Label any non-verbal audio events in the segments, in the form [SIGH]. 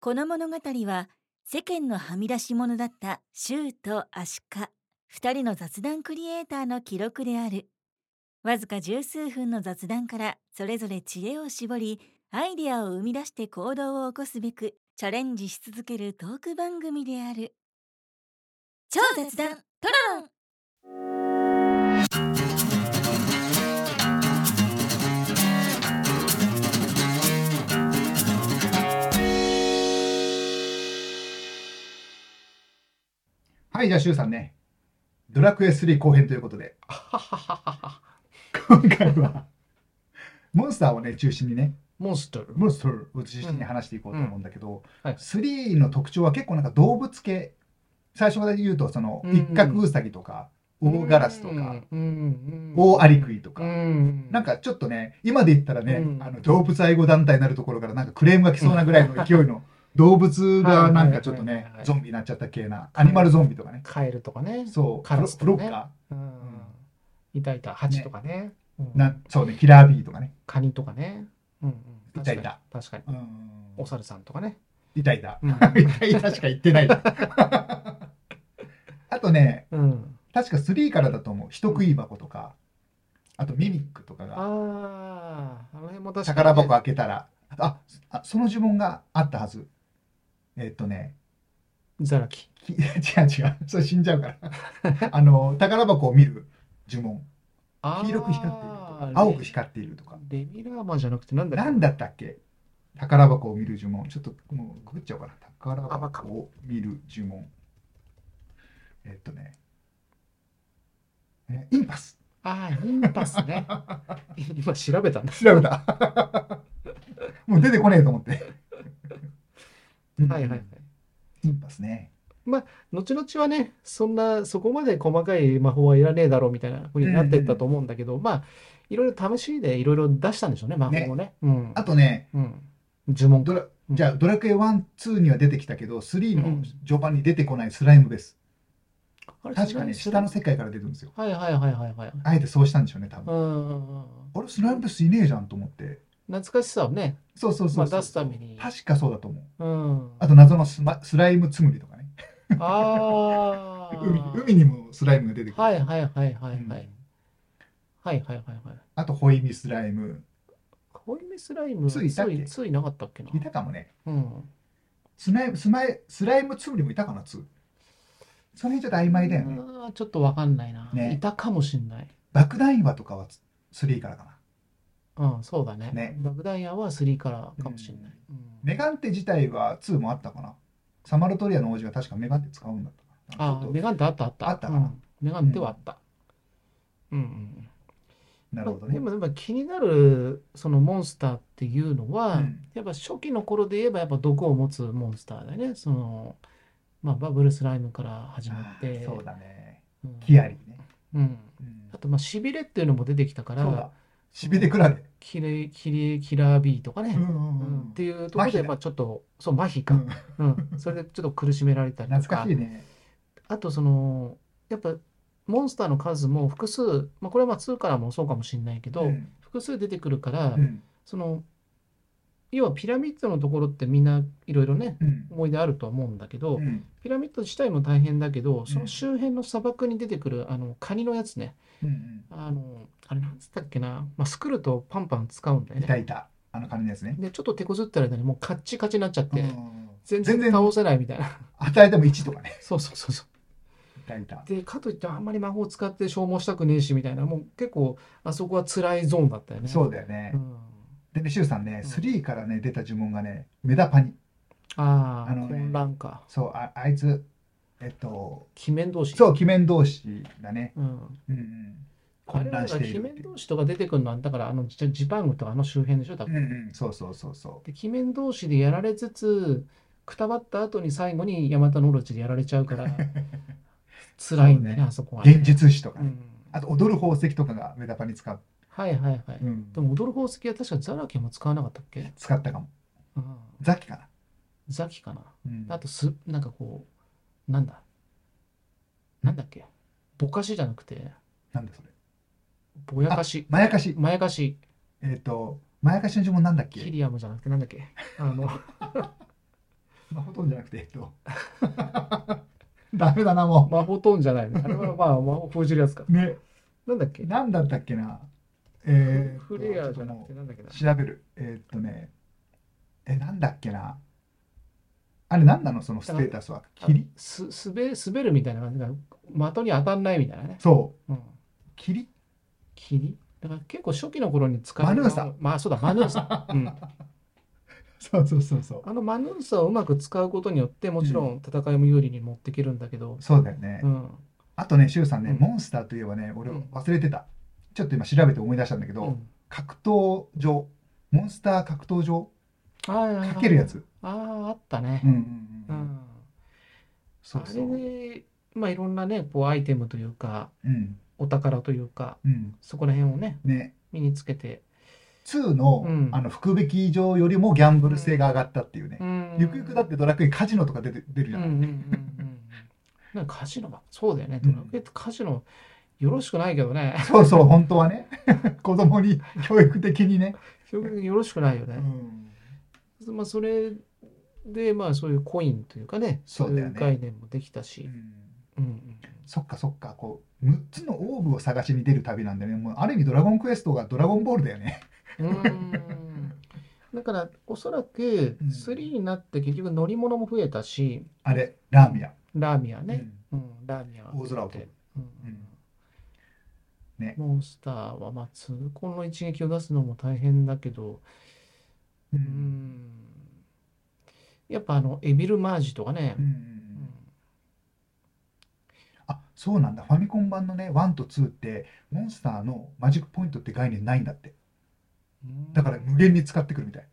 この物語は世間のはみ出し者だったシューとアシカ2人の雑談クリエイターの記録であるわずか十数分の雑談からそれぞれ知恵を絞りアイデアを生み出して行動を起こすべくチャレンジし続けるトーク番組である超雑談トロロンはい、じゃあ、シュウさんね、ドラクエ3後編ということで、今回は、モンスターをね、中心にね、 [LAUGHS] モンスター。モンスターを中心に話していこうと思うんだけど、うんはい3の特徴は結構なんか動物系、最初から言うと、その、うん一角ウサギとか、大ガラスとか、、大大アリクイとか、なんか、かちょっとね、今で言ったらね、うんあの動物愛護団体になるところからなんかクレームが来そうなぐらいの勢い [LAUGHS] の、動物がなんかちょっとはいはいねはいはい、ゾンビになっちゃった系な、アニマルゾンビとかね、カエルとかね。そう、カラスブとかロねッカー。うんいたいた、ハチとかね。うんなそうね、キラービーとかね。カニとかね。うんうんいたいた。確かに確かに。うんお猿さんとかね。いたい [LAUGHS] た。うんいたいたしか言ってない。 [LAUGHS] あとね、 [LAUGHS] うん。確か3からだと思う。人食い箱とか、あとミミックとかが、ああ、あの辺も確かにね。宝箱開けたら、あ、あその呪文があったはず。えっとね、ザラキ。き [LAUGHS] 違う違う。それ死んじゃう [LAUGHS] から。あの、宝箱を見る呪文。あー黄色く光っているとか、青く光っているとか。レミラーマンじゃなくて、なんだっけなんだったっけ宝箱を見る呪文。ちょっともうググっちゃおうかな。宝あバカ箱を見る呪文。えっとね。えインパス。ああ、インパス [LAUGHS] ね。今調べたんだ。調べた。 [LAUGHS] もう出てこねえと思って。うんはいはいはい。インパスね。後々はね、そんな、そこまで細かい魔法はいらねえだろうみたいな風になってったと思うんだけど、まあ、いろいろ試しでいろいろ出したんでしょうね、魔法をね。うん。あとね、うん。呪文ドか。ラじゃあドラクエ1、2には出てきたけど、3うのん序盤に出てこないスライムです。あれ確かね、知下らなのい世界から出てるんですよ。はいはいはいはいはい。あえてそうしたんでしょうね、多う分。んうんうん。あれ、スライムですいねえじゃんと思って。懐かしさをね、そうそうそうそう。まあ出すために確かそうだと思う。うん。あと謎のスマスライムつむりとかねあー海海にもスライムが出てくる、はいはいはいはいはい。うんはいはいはいはい。あとホイミスライム濃いめスライム、ついいたっけつい、ついなかったっけな。いたかもねうん。スライムスマイスライムつむりもいたかなつその辺ちょっと曖昧だよねあーちょっとわかんないな。ねいたかもしんない。爆弾岩とかはつ3からかなうん、そうだね。ね爆弾屋は3からかもしれない。うんメガンテ自体は2もあったかなサマルトリアの王子が確かメガンテ使うんだったかなちあょっとメガンテあったあった。あったかなうんメガンテはあった。うんうんなるほどでねもでも気になるそのモンスターっていうのは、うんやっぱ初期の頃で言えばやっぱ毒を持つモンスターだよね。そのまあ、バブルスライムから始まあっーて、そうだねうんキアリね、うん、うんあとまあしびれっていうのも出てきたからそうだしびれクラゲキレキレキラービーとかね、うんうんううんんっていうところ麻で、痺だまあ、ちょっとそう麻痺うか、んうんそれでちょっと苦しめられたりと懐かしいねあとそのやっぱモンスターの数も複数、まあ、これはまあ2からもそうかもしれないけど、うん複数出てくるから、うんその要はピラミッドのところってみんないろいろねうん思い出あるとは思うんだけど、うんピラミッド自体も大変だけどそうのん周辺の砂漠に出てくるあのカニのやつねうんあのあれなんつったっけな、まあ、スクルとパンパン使うんだうよんいたね。いたあの金のやつねでちょっと手こずってる間にもうカッチカチになっちゃって、うん全全然然倒せないみたいな [LAUGHS] 与えても1とかね。そうそうそうそういたいた。でかといってあんまり魔法使って消耗したくねえしみたいなもう結構あそこは辛いゾーンだったよねそうだよねう。んでね、シュウさんね、うん3からね、出た呪文がね、メダパニ。あああのね混乱かそう、ああいつ、えっと、鬼面同士、そうう、鬼面同士だね。ん、うんうん。あ混れは乱だかしらてい鬼るってい面う。同士とか出てくるのはだからあのジジパングとかあの周辺でしょ多うん分、うん、そうそうそうそで鬼面同士でやられつつくたばった後に最後にヤマタノオロチでやられちゃ [LAUGHS] うから辛いんだそうよねねあそこう。はね現実師とかうね。ん、あと、踊る宝石とかがメダパニ使う。はいはいはい、うんでも踊る宝石は確かザラキも使わなかったっけ、使ったかも。うん、ザキかな。ザキかなうんあとす、なんかこう、なんだ、なんだっけ、ぼかしじゃなくて、なんだそれ。ぼやかし、まやかし。まやかし、えっと、まやかしの呪文なんだっキけ [LAUGHS] リアムじゃなくて、なんだっけ、あの、魔法トンじゃなくて、えっと。 [LAUGHS] ダメだな、も魔法トーンじゃないね。あれはまあ、魔法封じるやつか。う。ね、なんだっけなんだったっけな。えーっとフレアじゃなくちてょっなんだっけなと。調べる。えーっとね。え、なんだっけな。あれ、なんなの、そのステータスは。霧。す滑滑るみたいな感じだ的に当たんないみたいなね。そう。うん、霧。 [LAUGHS] 霧だから結構初期の頃に使マヌーサまあそうだ、マヌ [LAUGHS] ーサ。うん、そうそうそうそう。あのマヌーサをうまく使うことによって、もちろん戦いも有利に持っていけるんだけど、そうだよねう。ん。あとね、シュウさんね、うんモンスターといえばね、俺うん忘れてた。ちょっと今調べて思い出したんだけうど、ん格闘場、モンスター格闘場はいはいはいかけるやつ。ああ、あったねうん。うんううんん。そうそう。あれで、まあいろんなね、こうアイテムというか、うんお宝というか、うん。そこら辺をね、ね、身につけて。 2の、うんあの福引き場よりもギャンブル性が上がったっていうね。うんゆくゆくだってドラクエカジノとか出て出るじうゃんなうい、んうんうんなんかカジノはそうだよね。ドラクエってカジノよろしくないけ [LAUGHS] どね。そうそう、本当はね。 [LAUGHS] 子供 [LAUGHS] に教育的にね。よろしくないうよね。ん、まあそれでまあそういうコインというかね、そうだよいね概念もできたうし。んうんうんそっかそっか、こう、6つのオーブを探しに出る旅なんだよね。もうある意味ドラゴンクエストがドラゴンボールだよね。 [LAUGHS] うーんだからおそらくうん3になって結局乗り物も増えたし、あれ、ラーミア。ラーミアうね。んうん、ラーミア大空を飛ぶうんうんねモンスターはまあ痛恨の一撃を出すのも大変だけど、ううんんやっぱあのエビルマージとかねうんう、うんんあそうなんだファミコン版のね1と2ってモンスターのマジックポイントって概念ないんだってだから無限に使ってくるみたい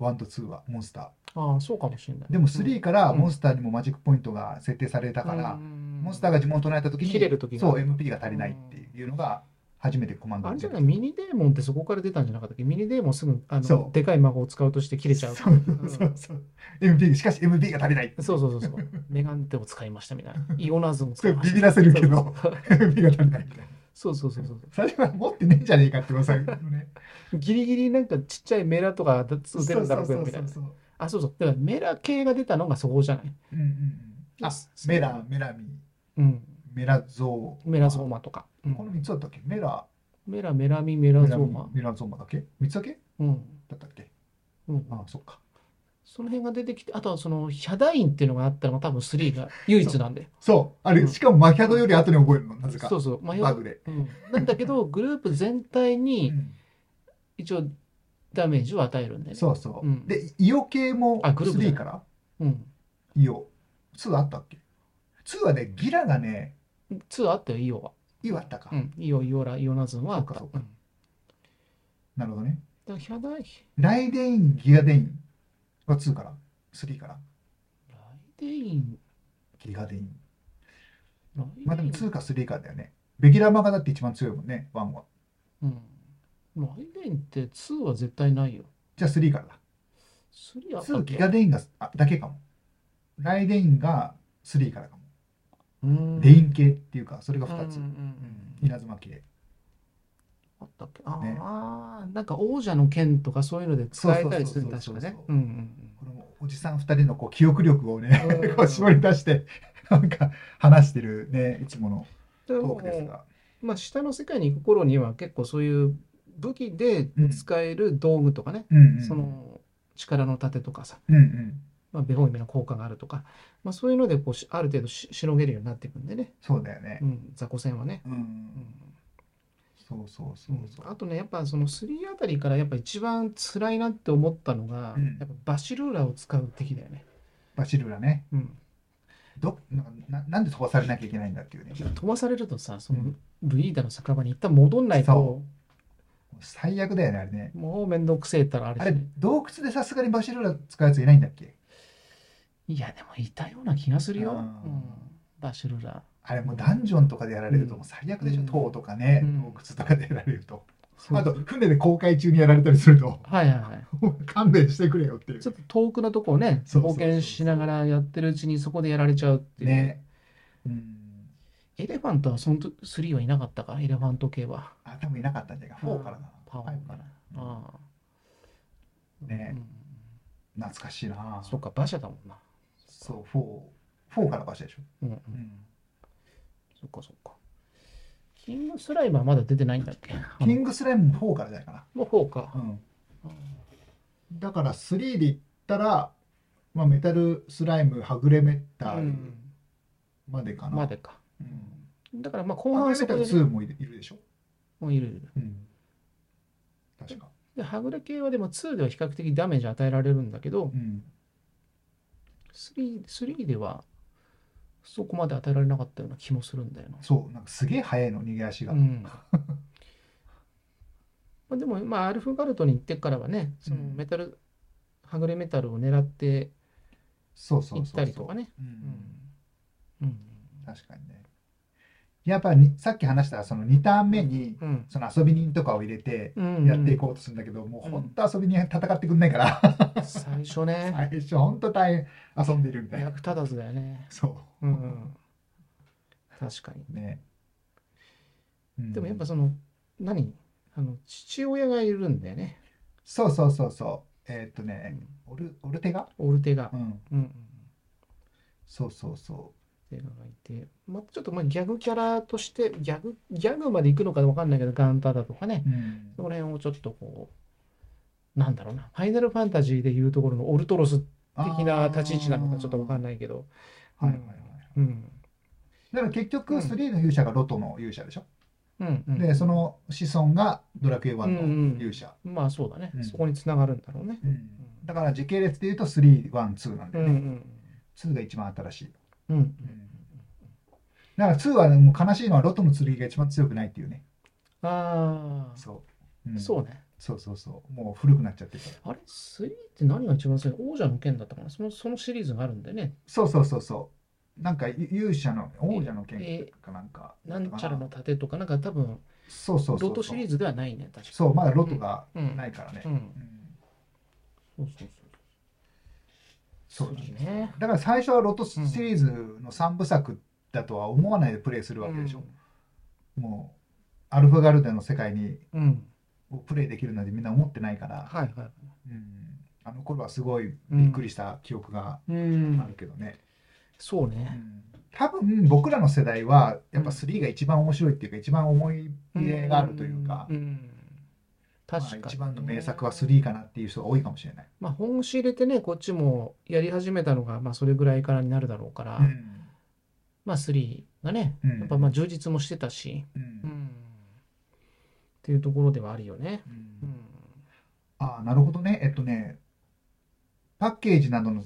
1と2はモンスタああそうかもしれないーでも3からうんモンスターにもマジックポイントが設定されたから、モンスターが呪文を唱えた時に切れる時がそう MP が足りないっていうのが初めてコマンドあれにじ出ゃてないミニデーモンってそこから出たんじゃなかったっけミニデーモンすぐあそのうでかい魔法を使うとして切れちゃうそうそうそう、MP しかし MP が足りないそうそうそうそうメガンテを使いましたみ [LAUGHS] たいなイオナズも使いましたビビらせるけど MP が足りないみたいな [LAUGHS] そうそうそうそうそれは持ってねえじゃねえかって噂のねギリギリなんかちっちゃいメラとか打てるんだろうけどみたいなそうそうそうそうあそうそうだからメラ系が出たのがそこじゃないうんうんうんあそうメラ、メラミ、うんメラゾーマ。メラゾーマとか、うんこの3つだったっけメラ、メラメラミメラメゾラミーマ、メラゾーマだっけ ?3 つだけうんだったっけうん、ああ、そっか。その辺が出てきてあとはそのヒャダインっていうのがあったのが多分3が唯一なんでそう、あれ、しかもマキャドより後に覚えるの、なぜかそ。うそう迷うバグで。うん、なんだけどグループ全体うにん一応ダメージを与えるんでねそうそうう。んで、イオ系もあグループじゃ3ないからうん、イオ。2あったっけ ?2 はね、ギラがね、 2あったよイオはイオあったかう。ん、イオイオライオナズンはあったそうかそうかうんなるほどね。だからヒャダインライデイン、ギガデインは2から、3から。ライデインギガデイン。ライデインまあでも2か3かだよね。ベギラマがだって一番強いもんね、1は。うん、ライデインって2は絶対ないよじゃあ3からだ。 3あった2っギけガデインがあだけかも。ライデインが3からかも。うんデイン系っていうか、それが2つ。うんううんん稲妻系。あったっけあー、ねあーなんか王者の剣とかそういうので使えたりするんだそ確うそうそうそうそかねううんうんこのおじさん2人のこう記憶力をね、うんこう絞り出して、 [LAUGHS] なんか話してるね、いつものうんトだークかでらすもうが。まあ下の世界に行く頃には結構そういう武器で使える道具とかね、うんうん。その力の盾とかさ、うんうん。まあ、ベホイメの効果があるとか、まあ、そういうのでこうしある程度ししのげるようになっていくんでね、そうだよねう。ん、雑魚戦はね、うん。うんそうそうそうそう。あとねやっぱその3あたりからやっぱ一番辛いなって思ったのが、うんやっぱバシルーラを使う敵だよね、バシルラね。うん、どなんかななんで飛ばされなきゃいけないんだっていうね。飛ばされるとさそうのんルイーダの酒場に一旦戻んないとそ最悪だよね、あれね。もう面倒くせえったらあれあしれね、洞窟でさすがにバシルラ使うやついないんだっけいやでもいたような気がするよ、うんうんバシルーラあれもうダンジョンとかでやられるともう最悪でしょ、うん塔とかね、うん洞窟とかでやられると。あと、船で航海中にやられたりすると、 [LAUGHS] はいはいはいもう勘弁してくれよっていうちょ。っと遠くのとこをね、そうそう冒そうそう険しながらやってるうちにそこでやられちゃうっていう。ね。うん。エレファントはその時3はいなかったか、エレファント系は。あ、多分いなかったんじゃないか、4からな。パワファイーブかかなな。ああねうん懐かしいな。そっか、馬車だもんな。そう、4、4から出したでしょ。うんうんうんそっかそっか。キングスライムはまだ出てないんだっけキングスライムも4からじゃないかな。もう4かう。ん。だから3でいったら、まあ、メタルスライム、はぐれメタうルんまでかな。までか。うんだからまあ後ハグ半はレそメタこルで、 2もいるいるでしょ。もういるいる。うん。確か。で、はぐれ系はでも2では比較的ダメージ与えられるんだけどう、ん。 3, 3ではそこまで与えられなかったような気もするんだよな。そう、なんかすげえ速いの、逃げ足が。うんまあでも、まあ、アルフガルトに行ってからはね、そのうんメタル、はぐれメタルを狙ってそうそ行うっそたうりとそう。かね。う。うんん確かにね。やっぱりさっき話したその2ターン目にうんうんその遊び人とかを入れてうんやっていこうとするんだけど、もうほんと遊び人戦ってくんないから、最初ね、最初ほんと大変遊んでるみたいな。役立たずだよね。そうんうん確かに。う。ね。でもやっぱそその、何あの父親がいるんだよね、そうそうそうそう。えーっとうね、んオルオルテガオルテガう。ん。うんうんそうそうそ映画がいて、まあ、ちょっとまあギャグキャラとしてギャグギャグまで行くのか分かんないけどガンタだとかねう。うんそこら辺をちょっとこうなんだろうなファイナルファンタジーでいうところのオルトロス的な立ち位置なのかちょっと分かんない。ないけど、はいはいはい。うん、だから結局3の勇者がロトの勇者でしょ。うんうんで、その子孫がドラクエ1の勇者。まあそうだね、うんそこに繋がるんだろうねだから時系列で言うと3、1、2なんで、うんうねん2が一番新しい。うんうんだから2は、ね、もう悲しいのはロトの剣が一番強くないっていうね。ああそう。うんそうねそうそうそう。もう古くなっちゃってるから。あれ3って何が一番強い王者の剣だったかなそのそのシリーズがあるんだよねそうそうそうそう。なんか勇者の王者の剣えかなんか。なんちゃらの盾とかなんか多分そうそうそう。ロトシリーズ。ズではないね確かそう、まだロトがうんないからね。うんうんそうそうそそううなんですそうねだから最初はロトシリーズの3部作だとは思わないでプレイするわけでしょ。もう、アルファガルデの世界にうん、うをん、プレイできるなんてみんな思ってないから。はいはいうんあの頃はすごいびっくりした記憶がうあるんけどね、そううねん多分僕らの世代はやっぱ3が一番面白いっていうか一番思い入れがあるというか、んんまあ確かに、一番の名作は3かなっていう人が多いかもしれない、まあ本腰入れてねこっちもやり始めたのがまあそれぐらいからになるだろうから、うんまあ3がねうんやっぱまあ充実もしてたし、ううんんっていうところではあるよね、うんうん、ああなるほどねえっとねパッケージなどの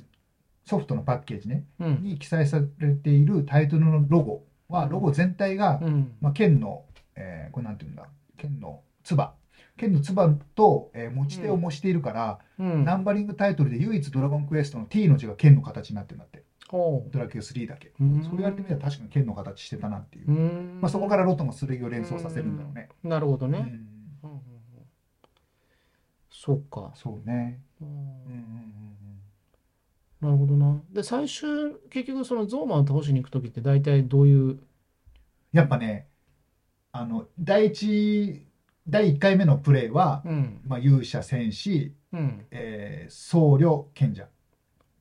ソフトのパッケージねうんに記載されているタイトルのロゴはうんロゴ全体が、うんまあ、剣の、えーこれなんていうんだ剣の唾剣の唾と、えー持ち手を模しているから、うんナンバリングタイトルで唯一「ドラゴンクエスト」の T の字が剣の形になってるんだっておうドラキュー3だけうんそう言われてみたら確かに剣の形してたなっていう、うんまあ、そこからロトの剣を連想させるんだろうね、なるほどうね、んうんうんうん、そうか、そうねううんうんん、うんなるほどなで最終結局そのゾーマを倒しに行く時って大体どういうやっぱねあの第一第1回目のプレイは、うんまあ、勇者戦士、うんえー僧侶賢者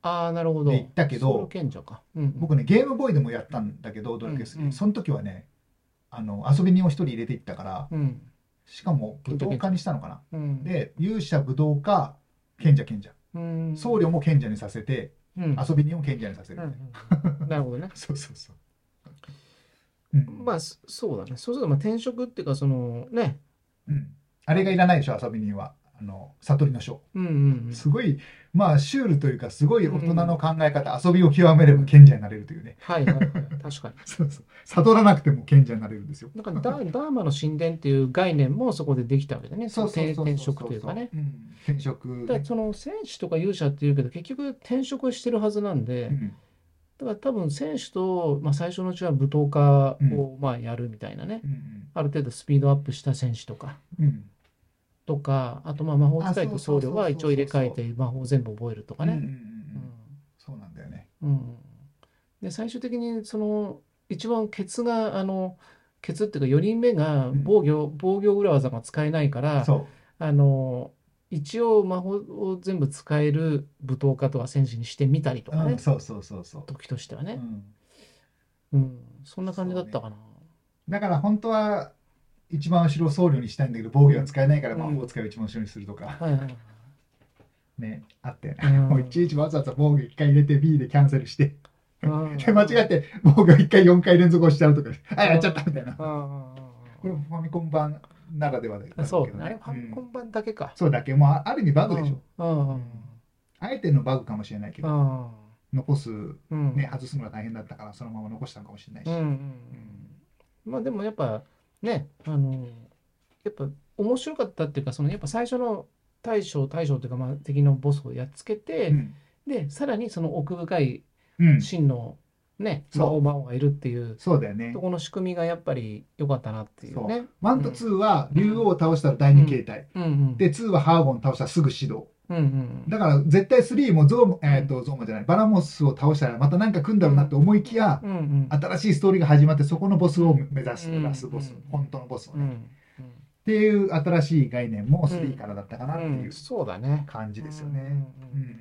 ああなるほどで行ったけどソロ賢者か、うんうん、僕ねゲームボーイでもやったんだけどドラクエ3、うんうんその時はねあの遊び人を一人入れていったからうんしかも武道家にしたのかなうんで勇者武道家賢者賢者うん僧侶も賢者にさせて、うん遊び人を賢者にさせる、うんうんなるほどねそうそうそう、うんまあそそうだねそうするとまあ転職っていうかそのねうんあれがいらないでしょ遊び人はあの悟りの書、うんうんすごいまあシュールというかすごい大人の考え方、遊びを極めれば賢者になれるというね、 [LAUGHS] はいはいはい確かにそうそう悟らなくても賢者になれるんですよなんかダダーマの神殿っていう概念もそこでできたわけだねそうそうそうそう転職というかね、ん転職ねだからその選手とか勇者っていうけど結局転職してるはずなんで、うんだから多分選手と、まあ、最初のうちは舞踏家をまあやるみたいなね、うんある程度スピードアップした選手とかうんうんとかあとまあ魔法使いあとそ僧うそうそうそうそ侶うは一応入れ替えて魔法全部覚えるとかうんうんうね。んそうなんだよねうんうんで最終的にその一番ケツがあのケツっていうか4人目がうん防御、防御裏技が使えないからそうあの一応魔法を全部使える舞踏家とか戦士にしてみたりとかうねん、、そうそうそうそう。時としてはうね、んうん、そんな感じだったかな。だから本当は一番後ろを僧侶にしたいんだけど防御は使えないからうん魔法を使いを一番後ろにするとか、はいはいはい。ねあって、うんもういちいちわざわざ防御1回入れて B でキャンセルしてうんで間違って防御1回4回連続押しちゃうとかあやっちゃったみたいなうこんれもファミコン版ならではだけどそうだね。ファうんミコン版だけか。そうだけもうある意味バグでしょうんうんあえてのバグかもしれないけうどん残すうんね外すのが大変だったからそのまま残したのかもしれないし、うんうんうんまあでもやっぱねあのやっぱ面白かったっていうかそのやっぱ最初の大将大将というかまあ敵のボスをやっつけて、うんでさらにその奥深いうん真のね、そう魔王魔王がいるっていうそうだよねとこの仕組みがやっぱり良かったなっていうね。ワンとツーは竜王を倒したら第2形態、うんうんで、2はハーゴン倒したらすぐ指導。うんうんだから絶対3もゾーマ、えー、とゾーマじゃない、バラモスを倒したらまた何か来んだろうなって思いきや、うんうん新しいストーリーが始まってそこのボスを目指す、うんラスボスうん、本当のボスをうね、っんていう新しい概念も3からだったかなってうんいうそうだね。感じですようんね。ううんんうん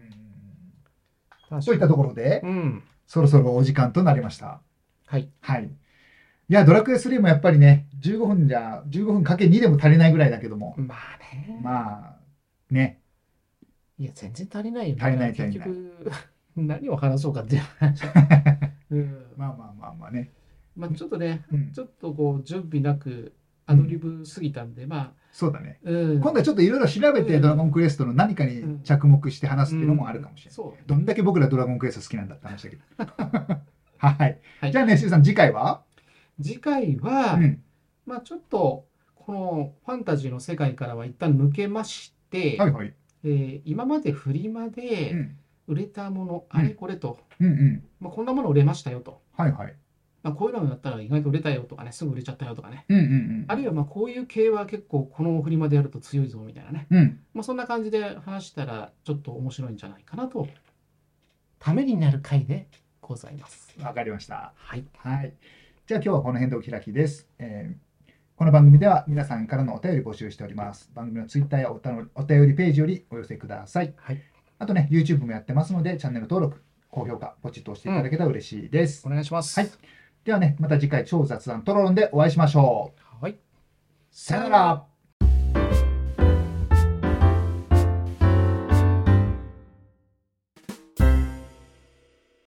確かにそういったところで、うん。そろそろお時間となりました。はい。はい。いや、ドラクエ3もやっぱりね、15分じゃ、15分かけ2でも足りないぐらいだけども、まあね。まあ、ね、いや、全然足りないよね。足りない足りない結局、 [LAUGHS] 何を話そうかっていう [LAUGHS] 話。うんまあ、まあまあまあまあね。ちょっとね、うんちょっとこう、準備なく、アドリブすぎたんで、まあ、そうだね。うん。今度はちょっといろいろ調べて、うんドラゴンクエストの何かに着目して話すっていうのもあるかもしれない。そう。どんだけ僕らドラゴンクエスト好きなんだって話だけ [LAUGHS] ど。はい。はいじゃあね、しゅうさん、次回は、次回は、うんまあ、ちょっと、このファンタジーの世界からは一旦抜けまして、はいはい。えー今までフリマうでん。売れたもの、うんあれこれと、うんうん。まあ、こんなもの売れましたよと、はいはい。まあ、こういうのだったら意外と売れたよとかね、すぐ売れちゃったよとかね、うんうんうん。あるいはまあこういう系は結構このフリマでやると強いぞみたいなね、うん。まあ、そんな感じで話したらちょっと面白いんじゃないかなとためになる回でございます。わかりました。はい、はい。じゃあ今日はこの辺でお開きです。えーこの番組では皆さんからのお便り募集しております。番組のツイッターやおたのお便りページよりお寄せください。はい、あとね、YouTube もやってますので、チャンネル登録、高評価、ポチッと押していただけたら嬉しいです。お願いします。はいではね、また次回超雑談トロロンでお会いしましょう。はいさよなら